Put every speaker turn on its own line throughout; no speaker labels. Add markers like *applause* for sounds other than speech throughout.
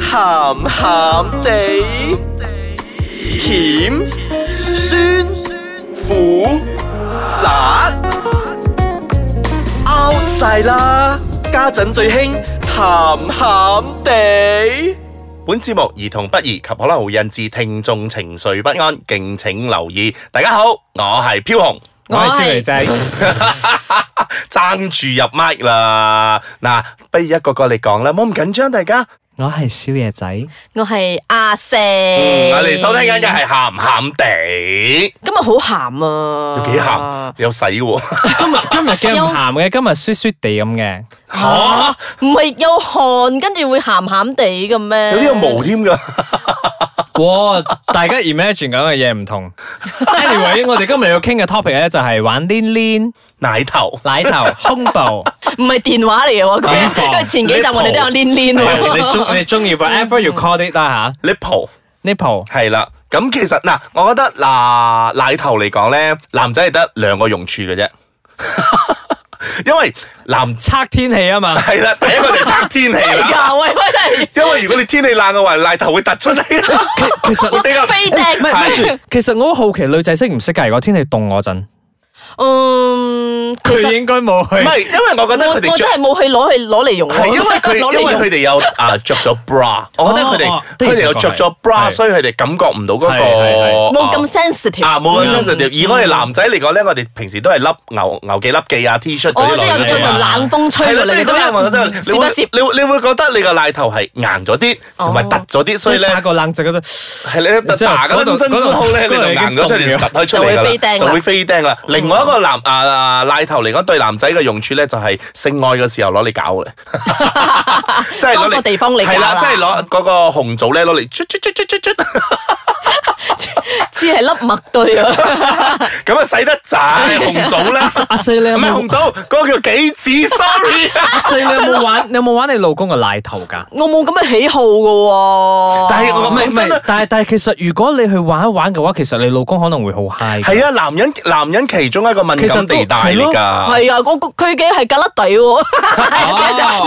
鹹鹹地，甜酸苦辣 out 晒啦！家陣最興鹹鹹地。
本節目兒童不宜及可能會引致聽眾情緒不安，敬請留意。大家好，我係飄紅。 *laughs*
我係小女仔，
爭住入麥啦！嗱，不如一個個嚟講啦，冇咁緊張，大家。
我係宵夜仔，
我係阿四，
嗯，
我
我哋收聽緊嘅係鹹鹹地，
今日好鹹啊，
有幾鹹？，有洗喎，
今日今日嘅唔鹹嘅，今日酸酸地咁嘅，
嚇
唔係有汗，跟住會鹹鹹地嘅咩？
有啲有毛添㗎。
哇！大家 imagine 緊嘅嘢唔同。Anyway，我哋今日要傾嘅 topic 咧就係玩黏黏、
奶頭，
奶頭、胸部。
唔係電話嚟嘅喎，佢
呢個
因為前幾集我哋都有攣 *laughs* 攣喎。
你中你中意 whatever you call it 啦
你蒲
吓，nipple
係啦。咁其實嗱，我覺得嗱奶頭嚟講咧，男仔係得兩個用處嘅啫， *laughs* 因為男
測天氣啊嘛，
係啦，第一個就係測天
*laughs*
氣
係
啦，
㗎，喂喂，
因為如果你天氣冷嘅話，奶頭會突出
*laughs*
嚟，
其其實
會比較
飛滴
唔係，咪住，其實我好好奇女仔識唔識㗎？如果天氣凍嗰陣，
嗯，其實
應該冇
唔係，因為我覺得
我
佢哋
我
着
真。係冇去攞去攞嚟用喎，
係因為佢
*laughs* 攞嚟
因為
用
佢哋有啊着咗 bra，我覺得佢哋
哦的而
佢
且
哋有
確
着咗
係
bra，所以佢哋感覺唔到嗰個
係係係
冇咁
啊
sensitive
啊冇咁 sensitive。而我哋男仔嚟講咧，我哋平時都係笠牛牛記笠記啊 T 恤嗰
哦，
啲
即
類
係有
嘅嘛。
陣冷風吹
係
落
啦，即係
嚟
咁樣
咁
啊！真
樣，
係，你
攝
會
一攝。
你會你會覺得你個奶頭係硬咗啲，同埋突咗啲，所以咧
打個冷震嗰陣。
係你
即係
打嗰
嗰度
粒珍珠好咧，你
嗰度
就
已經
硬咗出
凍
嚟，
咗
突開出嚟
就
㗎
會
啦
飛釘啦
就會飛釘啦。另外一個男啊啊奶頭嚟講，對男仔嘅用處咧，就係性愛嘅時候攞嚟
*laughs*
搞嘅，即係攞
多個
嚟
地方嚟搞
係啦
啦，
即係攞嗰個紅棗咧攞嚟捽捽捽捽 *laughs* 捽捽，
似係粒麥
*laughs*
對啊！
咁啊使得滯紅棗啦，
阿四你有
唔係
冇
紅？棗，嗰個叫杞子，sorry。
阿四你有冇玩？你有冇玩你老公嘅奶頭㗎？
我冇咁嘅喜好嘅喎。
但係我
唔係
真
唔
係
係，但係但係其實如果你去玩一玩嘅話，其實你老公可能會好 high。
係啊，男人男人其中一個敏
其實
感
都
地帶嚟㗎，
係
係啊，我個佢嘅係格甩底喎，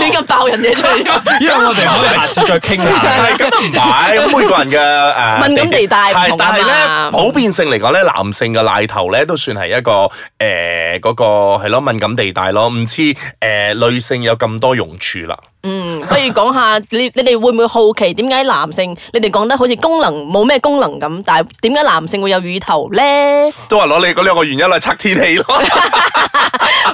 *laughs* 亂咁爆人嘢出
*laughs*
嚟。
因為我哋可以下次再傾下。
係咁都唔係，咁每個人嘅誒
敏感地帶唔
係
同
但係
啊
咧
嘛
普遍性嚟講咧，男性嘅奶頭咧都算係一個誒嗰個係咯敏感地帶咯，唔似誒女性有咁多用處啦。
嗯，不如講下你你哋會唔會好奇點解男性你哋講得好似功能冇咩功能咁，但係點解男性會有乳頭咧？
都話攞你嗰兩個原因嚟測天氣
*laughs*
咯，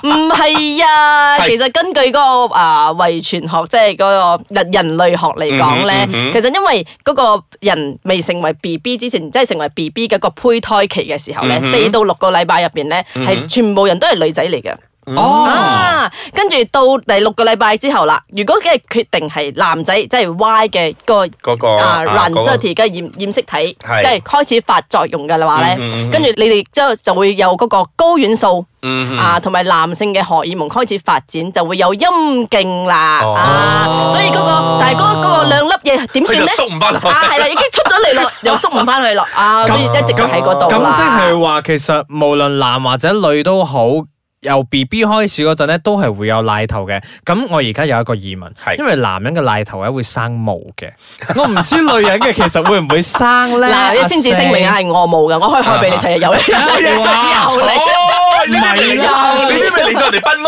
唔係啊，
係
其實根據嗰、個啊遺傳學，即係嗰個人人類學嚟講咧，
嗯哼嗯哼
其實因為嗰個人未成為 B B 之前，即係成為 B B 嘅個胚胎期嘅時候咧，
嗯哼嗯
四、到六個禮拜入邊咧，係、全部人都係女仔嚟嘅。
哦，
啊，跟住到第六個禮拜之後啦，如果嘅決定係男仔，即係 Y 嘅個。
嗰個
啊 r a n
哦嗰個
s e t y 嘅染染色體，
係
跟住開始發作用嘅話咧
嗯嗯嗯，
跟住你哋之後就會有嗰個睾丸素
嗯嗯
啊，同埋男性嘅荷爾蒙開始發展，就會有陰莖啦
哦
啊，所以嗰個但係嗰嗰個兩粒嘢點
佢
算
就
咧？
縮唔翻落
啊，係啦，已經出咗
*laughs*
嚟咯，又縮唔翻去咯啊，所以一直就喺嗰度啊啦
咁即係話其實無論男或者女都好。由 B B 開始嗰陣咧，都係會有奶頭嘅。咁我而家有一個疑問，
係
因為男人嘅奶頭咧會生毛嘅，我唔知女人嘅其實會唔
*laughs*
會生咧？
嗱，先至聲明啊，係我冇㗎，我可以開俾你睇啊，有
*laughs*
你有你有
哇
你。
哦，你啲咪令到
*laughs*
唔係啦
你啲咪令到人哋不安，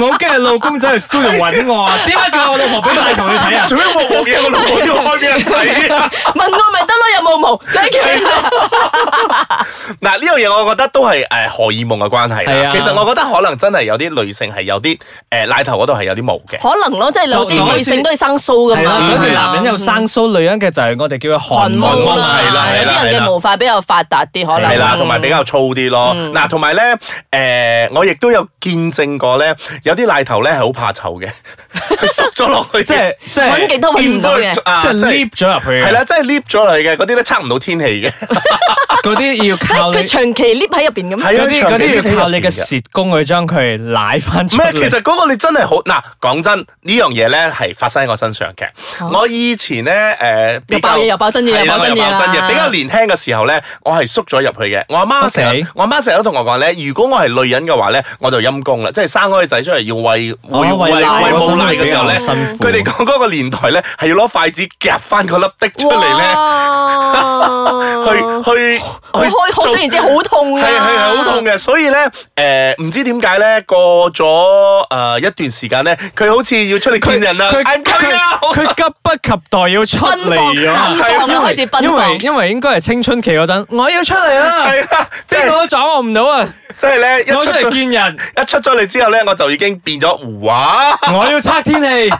我驚係老公仔去 studio 揾我啊！點解叫我老婆俾奶頭你睇啊？
做咩鑊鑊嘢我老婆都要開俾人睇啊？
問我咪得咯，有冇毛？就係佢
啊嗱呢樣嘢，我覺得都係誒荷爾蒙嘅關係
係
啦。
啊
其實我覺得可能真係有啲女性係有啲誒奶頭嗰度係有啲毛嘅。
可能咯，即係有啲女性都係生鬚
係
㗎
啦，
嘛。
就好似男人有生須，女人嘅就係我哋叫佢汗
汗毛
毛
汗毛啊
啦，
係啦係
有
啦
啲人嘅毛髮比較發達啲，可能
係啦，
嗯
同埋比較粗啲咯。
嗯
嗱、同埋咧，誒、我亦都有見證過咧，有啲奶頭咧係好怕醜
*laughs*
嘅，佢縮咗落去，
即係即係
揾極都揾唔到嘅
掂。到佢啊
即係
即係
lift 咗入去嘅。
係啦，真係 lift 咗落去嘅，嗰啲咧測唔到天氣嘅，
嗰啲啲要
*laughs*
靠你
佢，長期 lift 喺入邊咁。
係啊
*laughs* 嗰啲
長
嗰
期匿喺
啲要靠
入
你
邊
嘅
㗎
舌功去將佢舐翻
唔
出
係，其
嚟。
實嗰個你真係好嗱，講真呢樣嘢咧係發生喺我身上嘅。我以前咧誒比
又爆
較
嘢又爆真嘢
係
又
啦
爆真
我
嘢
又爆真
啦
嘢，比較年輕嘅時候咧，我係縮咗入去嘅。我阿媽成日
OK，
我阿媽成日都同我講咧，如果我係女人嘅話咧，我就陰公啦，即係生開仔出嚟要餵餵
我餵
餵
奶
餵
我
母
真
奶
係
嘅
比
時候
較
咧。
辛苦。
佢哋講嗰個年代咧，係要攞筷子夾翻個粒的出嚟咧， *laughs* 去
咧
去
我
去
開可
做
想而知好痛啊！
係係係好痛嘅，所以咧，诶、唔知點解咧，過咗诶、呃一段時間咧，佢好似要出嚟見人啦
佢
，I'm coming
佢
out
佢急不及待要出
奔
嚟
放，
咗。
奔放啦，開始奔
因為
放。
因為應該係青春期嗰陣，我要出嚟啦，
*laughs* 係啊，即
即係
係
我掌握唔到啊，
即係咧，一
我
出
出嚟
咗
見人，
一出咗嚟之後咧，我就已經變咗哇， *laughs*
我要測天氣，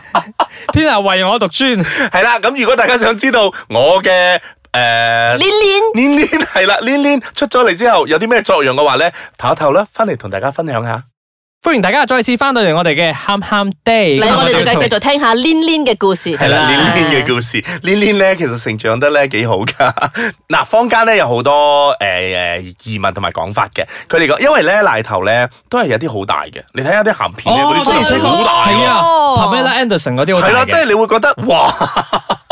天下為我獨尊。
係啦。咁如果大家想知道我嘅诶。呃
黏
黏
黏
黏係啦，黏黏出咗嚟之後有啲咩作用嘅話咧，唞一唞啦，翻嚟同大家分享下。
歡迎大家再次翻到嚟我哋嘅喊喊 day，啊
嚟，我哋就繼繼續聽下黏黏嘅故事。
係啦，
係啦
黏黏嘅故事，黏黏咧其實成長得咧幾好噶。 *laughs* 嗱，坊間咧有好多誒誒、呃疑問同埋講法嘅，佢哋講，因為咧奶頭咧都係有啲好大嘅，你睇下啲鹹片咧嗰
哦，
啲
我
真
之前
係
想講
好大
係
㗎。
啊
哦
，Pamela Anderson 嗰啲
係
好大
啦，即
嘅，
係你會覺得哇，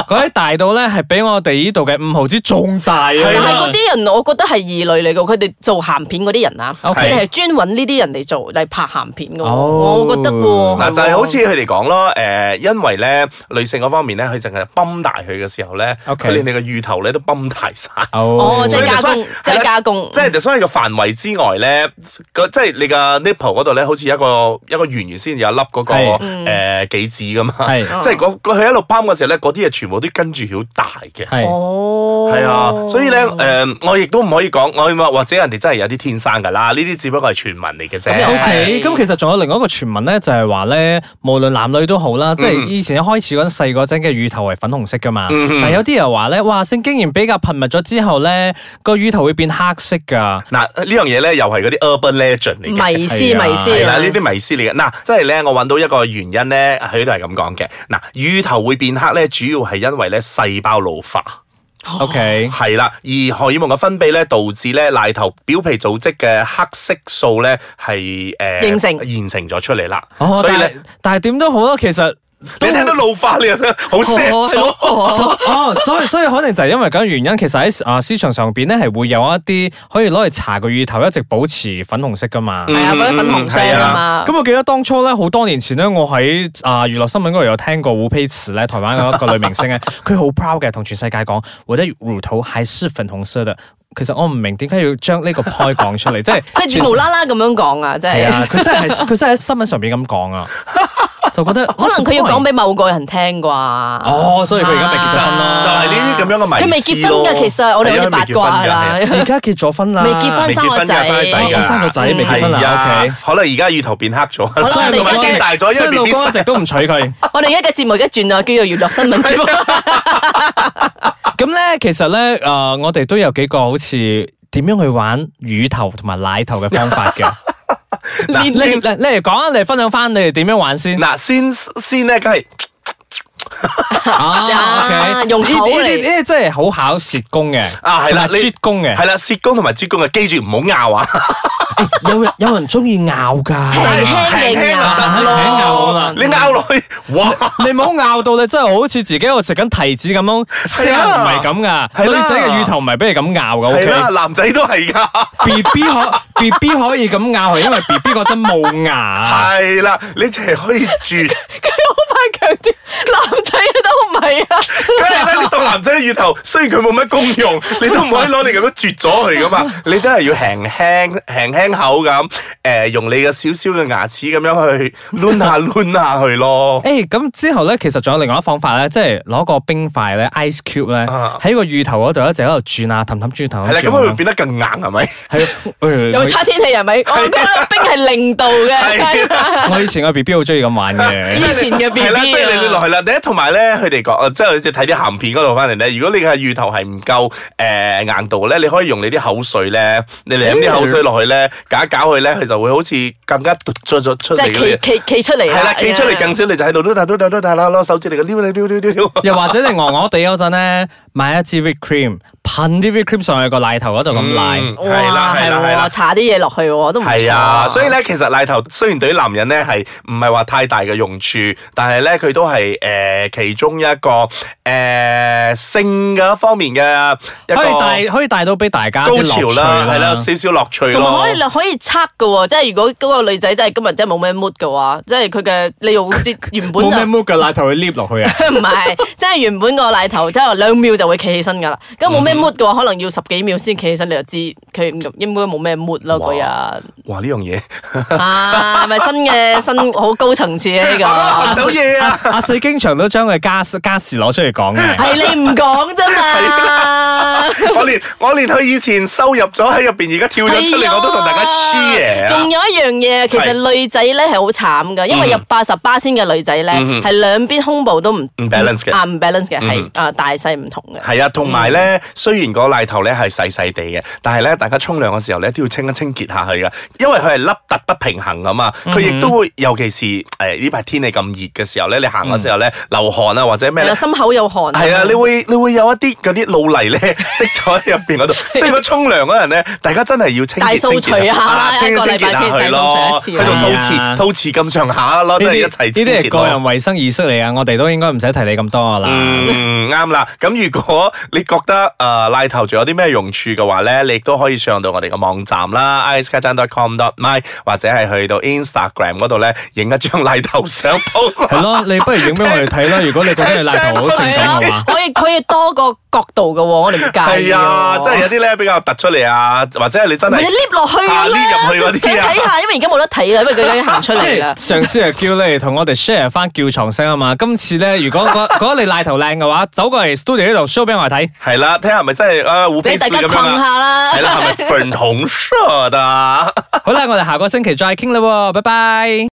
嗰啲大到咧係比我哋呢度嘅五毫子仲大啊！
係
但係
啦
嗰啲人，我覺得係異類嚟嘅，佢哋做鹹片嗰啲人啊，
OK
佢哋係專揾呢啲人嚟做嚟拍鹹片嘅喎。
哦
我覺得喎，
嗱
係
就係
喎
好似佢哋講咯，誒、因為咧女性嗰方面咧，佢淨係泵大佢嘅時候咧，佢
OK
連你個乳頭咧都泵大晒。
哦，即
所以
係
就所
加工
以，
即係加工，
即係所謂嘅範圍之外咧，個即係你個 nipple 嗰度咧，好似一個一個圓圓先有一粒嗰、個
係
誒杞子咁啊。
係
嗯哦
即係嗰嗰佢一路泵嘅時候咧，嗰啲嘢全部都跟住曉大嘅。
係
哦，
係啊，所以咧，誒、我亦都唔可以講，我或者人哋真係有啲天生㗎啦，呢啲只不過係傳聞嚟嘅啫。
咁又
O
係
K，咁其實仲有另外一個傳聞咧，就係話咧，無論男女都好啦，即係以前一開始嗰陣細個陣嘅乳頭係粉紅色噶嘛，
嗯
但有啲人話咧，哇，性經驗比較頻密咗之後咧，個乳頭會變黑色噶。
嗱，呢樣嘢咧又係嗰啲 urban legend 嚟嘅。
迷思
係啊
迷思
係
啊
啦，呢啲迷思嚟嘅。嗱，即係咧，我揾到一個原因咧，佢都係咁講嘅。嗱，乳頭會變黑咧，主要係因為咧細胞老化。
哦
O
*laughs*
K，
係啦，而荷爾蒙嘅分泌咧，導致咧奶頭表皮組織嘅黑色素咧係誒
形成
現成咗出嚟啦。
哦，
所以
但係
咧，
但係點都好啦，其實
你聽到老化你又真
哦
係好 sad
所 *laughs* 哦，所以所以可能就係因為咁嘅原因，其實喺啊市場上邊咧係會有一啲可以攞嚟搽個乳頭，一直保持粉紅色噶嘛。
係啊，嗰啲粉紅
嗯
霜
係
啊
啊
嘛。
咁我記得當初咧，好多年前咧，我喺啊娛樂新聞嗰度有聽過胡佩慈咧，台灣嘅一個女明星咧， *laughs* 佢好 proud 嘅，同全世界講我的乳頭還是粉紅色的。其實我唔明點解要將呢個 point 講出
*laughs*
嚟，即係
佢無啦啦咁樣講啊，真
係
係
啊，。佢真係佢真係喺新聞上邊咁講啊，就覺得
*laughs* 可能佢要講
俾
俾某個人聽啩。哦
哦所以佢而家未結婚咯
就係呢啲咁樣嘅迷思
佢未結婚㗎，
咯
其實我
係
哋
啊
有啲八卦啦
佢。
而家結咗婚啦，
未結婚
啊未
生
結
個
婚㗎生個仔
仔，
㗎
生個仔未結婚啦
係啊
OK
可能而家乳頭變黑咗，
能
所以
我哋
個
而家
變大咗，因
所以
為 B
老
B
公一
細
直都唔
*laughs*
娶佢。
我哋而家嘅節目而家轉啊，叫做娛樂新聞節目。
咁咧，其實咧，诶、我哋都有幾個好似點樣去玩乳頭同埋奶頭嘅方法
*laughs*
嘅。
嗱
你你
先
你嚟講啊，你分享翻你哋點樣玩先。
嗱，先先咧，梗係
啊
啊
OK
用
呢
口
啲
嚟
呢啲呢啲真係好考舌功嘅，
啊係啦
同埋
你
啜功嘅。
係啦，舌公同埋啜公啊，記住唔好拗
*laughs*
啊，
有人有人中意拗㗎，
輕
輕
嘅
就
啊
得
輕拗啦
咯，你拗落去，哇！
你唔好拗到你真係好似自己喺度食緊提子咁樣，聲
係
唔
啊
係咁噶，
係
女
啦
仔嘅乳頭唔係俾你咁拗噶
係
，OK 啊
啦，。男仔都係㗎。
B B 可 B B 可以咁拗，係因為 B B 嗰陣冇牙
*laughs*
啊。
係啦，你淨係可以啜，
佢好快強調，男仔都唔係啊。
梗係啦，你當男仔嘅乳頭，雖然佢冇乜功用，你都唔可以攞嚟咁樣啜咗佢噶
*laughs*
嘛，你都係要輕輕輕輕口咁，誒、用你嘅少少嘅牙齒咁樣去攣下攣下佢
*laughs*
咯。
诶，咁之後咧，其實仲有另外一方法咧，即係攞個冰塊咧，ice cube 咧，
啊
喺個乳頭嗰度一直喺度轉啊，氹氹轉，氹氹
係啦，
轉
咁佢會變得更硬係咪？
係
*laughs*
哎
有冇差天氣啊係咪？我覺得冰係零度
係
嘅，啊
*laughs*
我以前個 B B 好中意咁玩
以
嘅。
前嘅 B
係啦，即
B
係你
啊
落。去啦。第一同埋咧，佢哋講，呃即係你睇啲鹹片嗰度翻嚟咧，如果你嘅乳頭係唔夠誒硬度咧，你可以用你啲口水咧，你舐啲口水落去咧，搞一搞佢咧，佢就會好似更加突咗咗出
即
嚟嗰啲
係。企企企出嚟啊
系啦，企出嚟更少，你就喺度嘟嗒嘟嗒嘟嗒啦，攞手指嚟嘅撩嚟撩撩撩撩。
又或者你戇戇地嗰陣咧，買一支 whip cream，噴啲 whip cream 上去個奶頭嗰度咁奶。
嗯係啦
哇
係啦係啦
哇搽啲嘢落去喎，都唔錯
係啊，所以咧，其實奶頭雖然對於男人咧係唔係話太大嘅用處，但係咧佢都係诶、呃其中一個诶、呃性嘅方面嘅一
可以帶
*laughs* 個
可以帶到俾大家
高
啲
潮
樂趣
啦，係啦，少少樂趣
同埋可以
咯。
可以測噶喎，即係如果嗰個女仔真係今日真係冇咩 mood 嘅話，即係佢嘅你用支原本
冇咩
就
move 嘅奶頭去 lift
*laughs*
落去啊！
*laughs* 唔係，即係原本個奶頭即係兩秒就會企起身噶啦。咁冇咩 mood 嘅話，可能要十幾秒先企起身，你就知佢唔應該冇咩 mood 咯嗰日
哇！呢樣嘢
啊，係咪新嘅新好高層次啊呢
*laughs* 啊
個。
好嘢啊！
阿四經常都將佢家家事攞出嚟講嘅。
係你唔講啫嘛，
我連我連佢以前收入咗喺入邊，而家跳咗出
係
嚟，
啊
我都同大家 share
仲
啊。
有一樣嘢，其實女仔咧係好慘噶，因為
嗯
入八十八先嘅女仔咧，係兩邊胸部都唔
唔 balance 嗯嘅
啊唔 balance 嘅係
嗯
啊大細唔同嘅。
係啊，同埋咧，雖然個奶頭咧係細細地嘅，但係咧，大家沖涼嘅時候咧都要清一清潔下佢噶，因為佢係凹凸不平衡啊嘛。
嗯
佢亦都會，尤其是誒呢排天氣咁熱嘅時候咧，你行嗰時候咧流汗啊或者咩
係
咧
啊，。心口嗯有汗。
係啊，你會你會有一啲嗰啲老泥咧積咗喺入邊
*laughs*
嗰度，所以如果沖涼嗰人咧，大家真係要清
大
潔
掃
清
除
潔
下
啊
啦
清
一
一
個
清
禮拜
潔下
先
佢
洗
咯，
手水一
去
次
到
啊
吐
係
痔
啊
吐痔咁上下咯，
呢
真係一
啲
齊
呢
清
啲
潔
係個人
咯。
衞生意識嚟啊！我哋都應該唔使提你咁多噶啦。
嗯，啱啦。咁如果你覺得誒、呃、奶頭仲有啲咩用處嘅話咧，你亦都可以上到我哋嘅網站啦 i c e k a n c o m my 或者係去到 Instagram 嗰度咧，影一張奶頭相 post 啊
係咯，你不如影俾我哋睇啦。如果你覺得你奶頭好性
係
感嘅
啊
*laughs*
話，，
可以可以多個角度嘅喎，我哋唔介意。
係啊，即係有啲咧比較突出嚟啊，或者係你真
哎唔係
係
你 lift 落去
啊
啊啦，
，lift 入去嗰啲啊
想睇下，因為而家冇得睇啦，因為佢已經行出嚟
*laughs*
啦。
上次又叫你同我哋 share 翻叫床聲啊嘛。今次咧，如
*laughs*
果覺覺得你奶頭靚嘅話，走過嚟 studio 呢度 show 俾我哋睇。
係啦，睇下係咪真係啊，胡
俾
皮
大
斯
家
咁樣
困
啊？
下啦
係。啦，係咪粉紅色的？啊
好啦，我哋下個星期再傾啦喎，拜拜。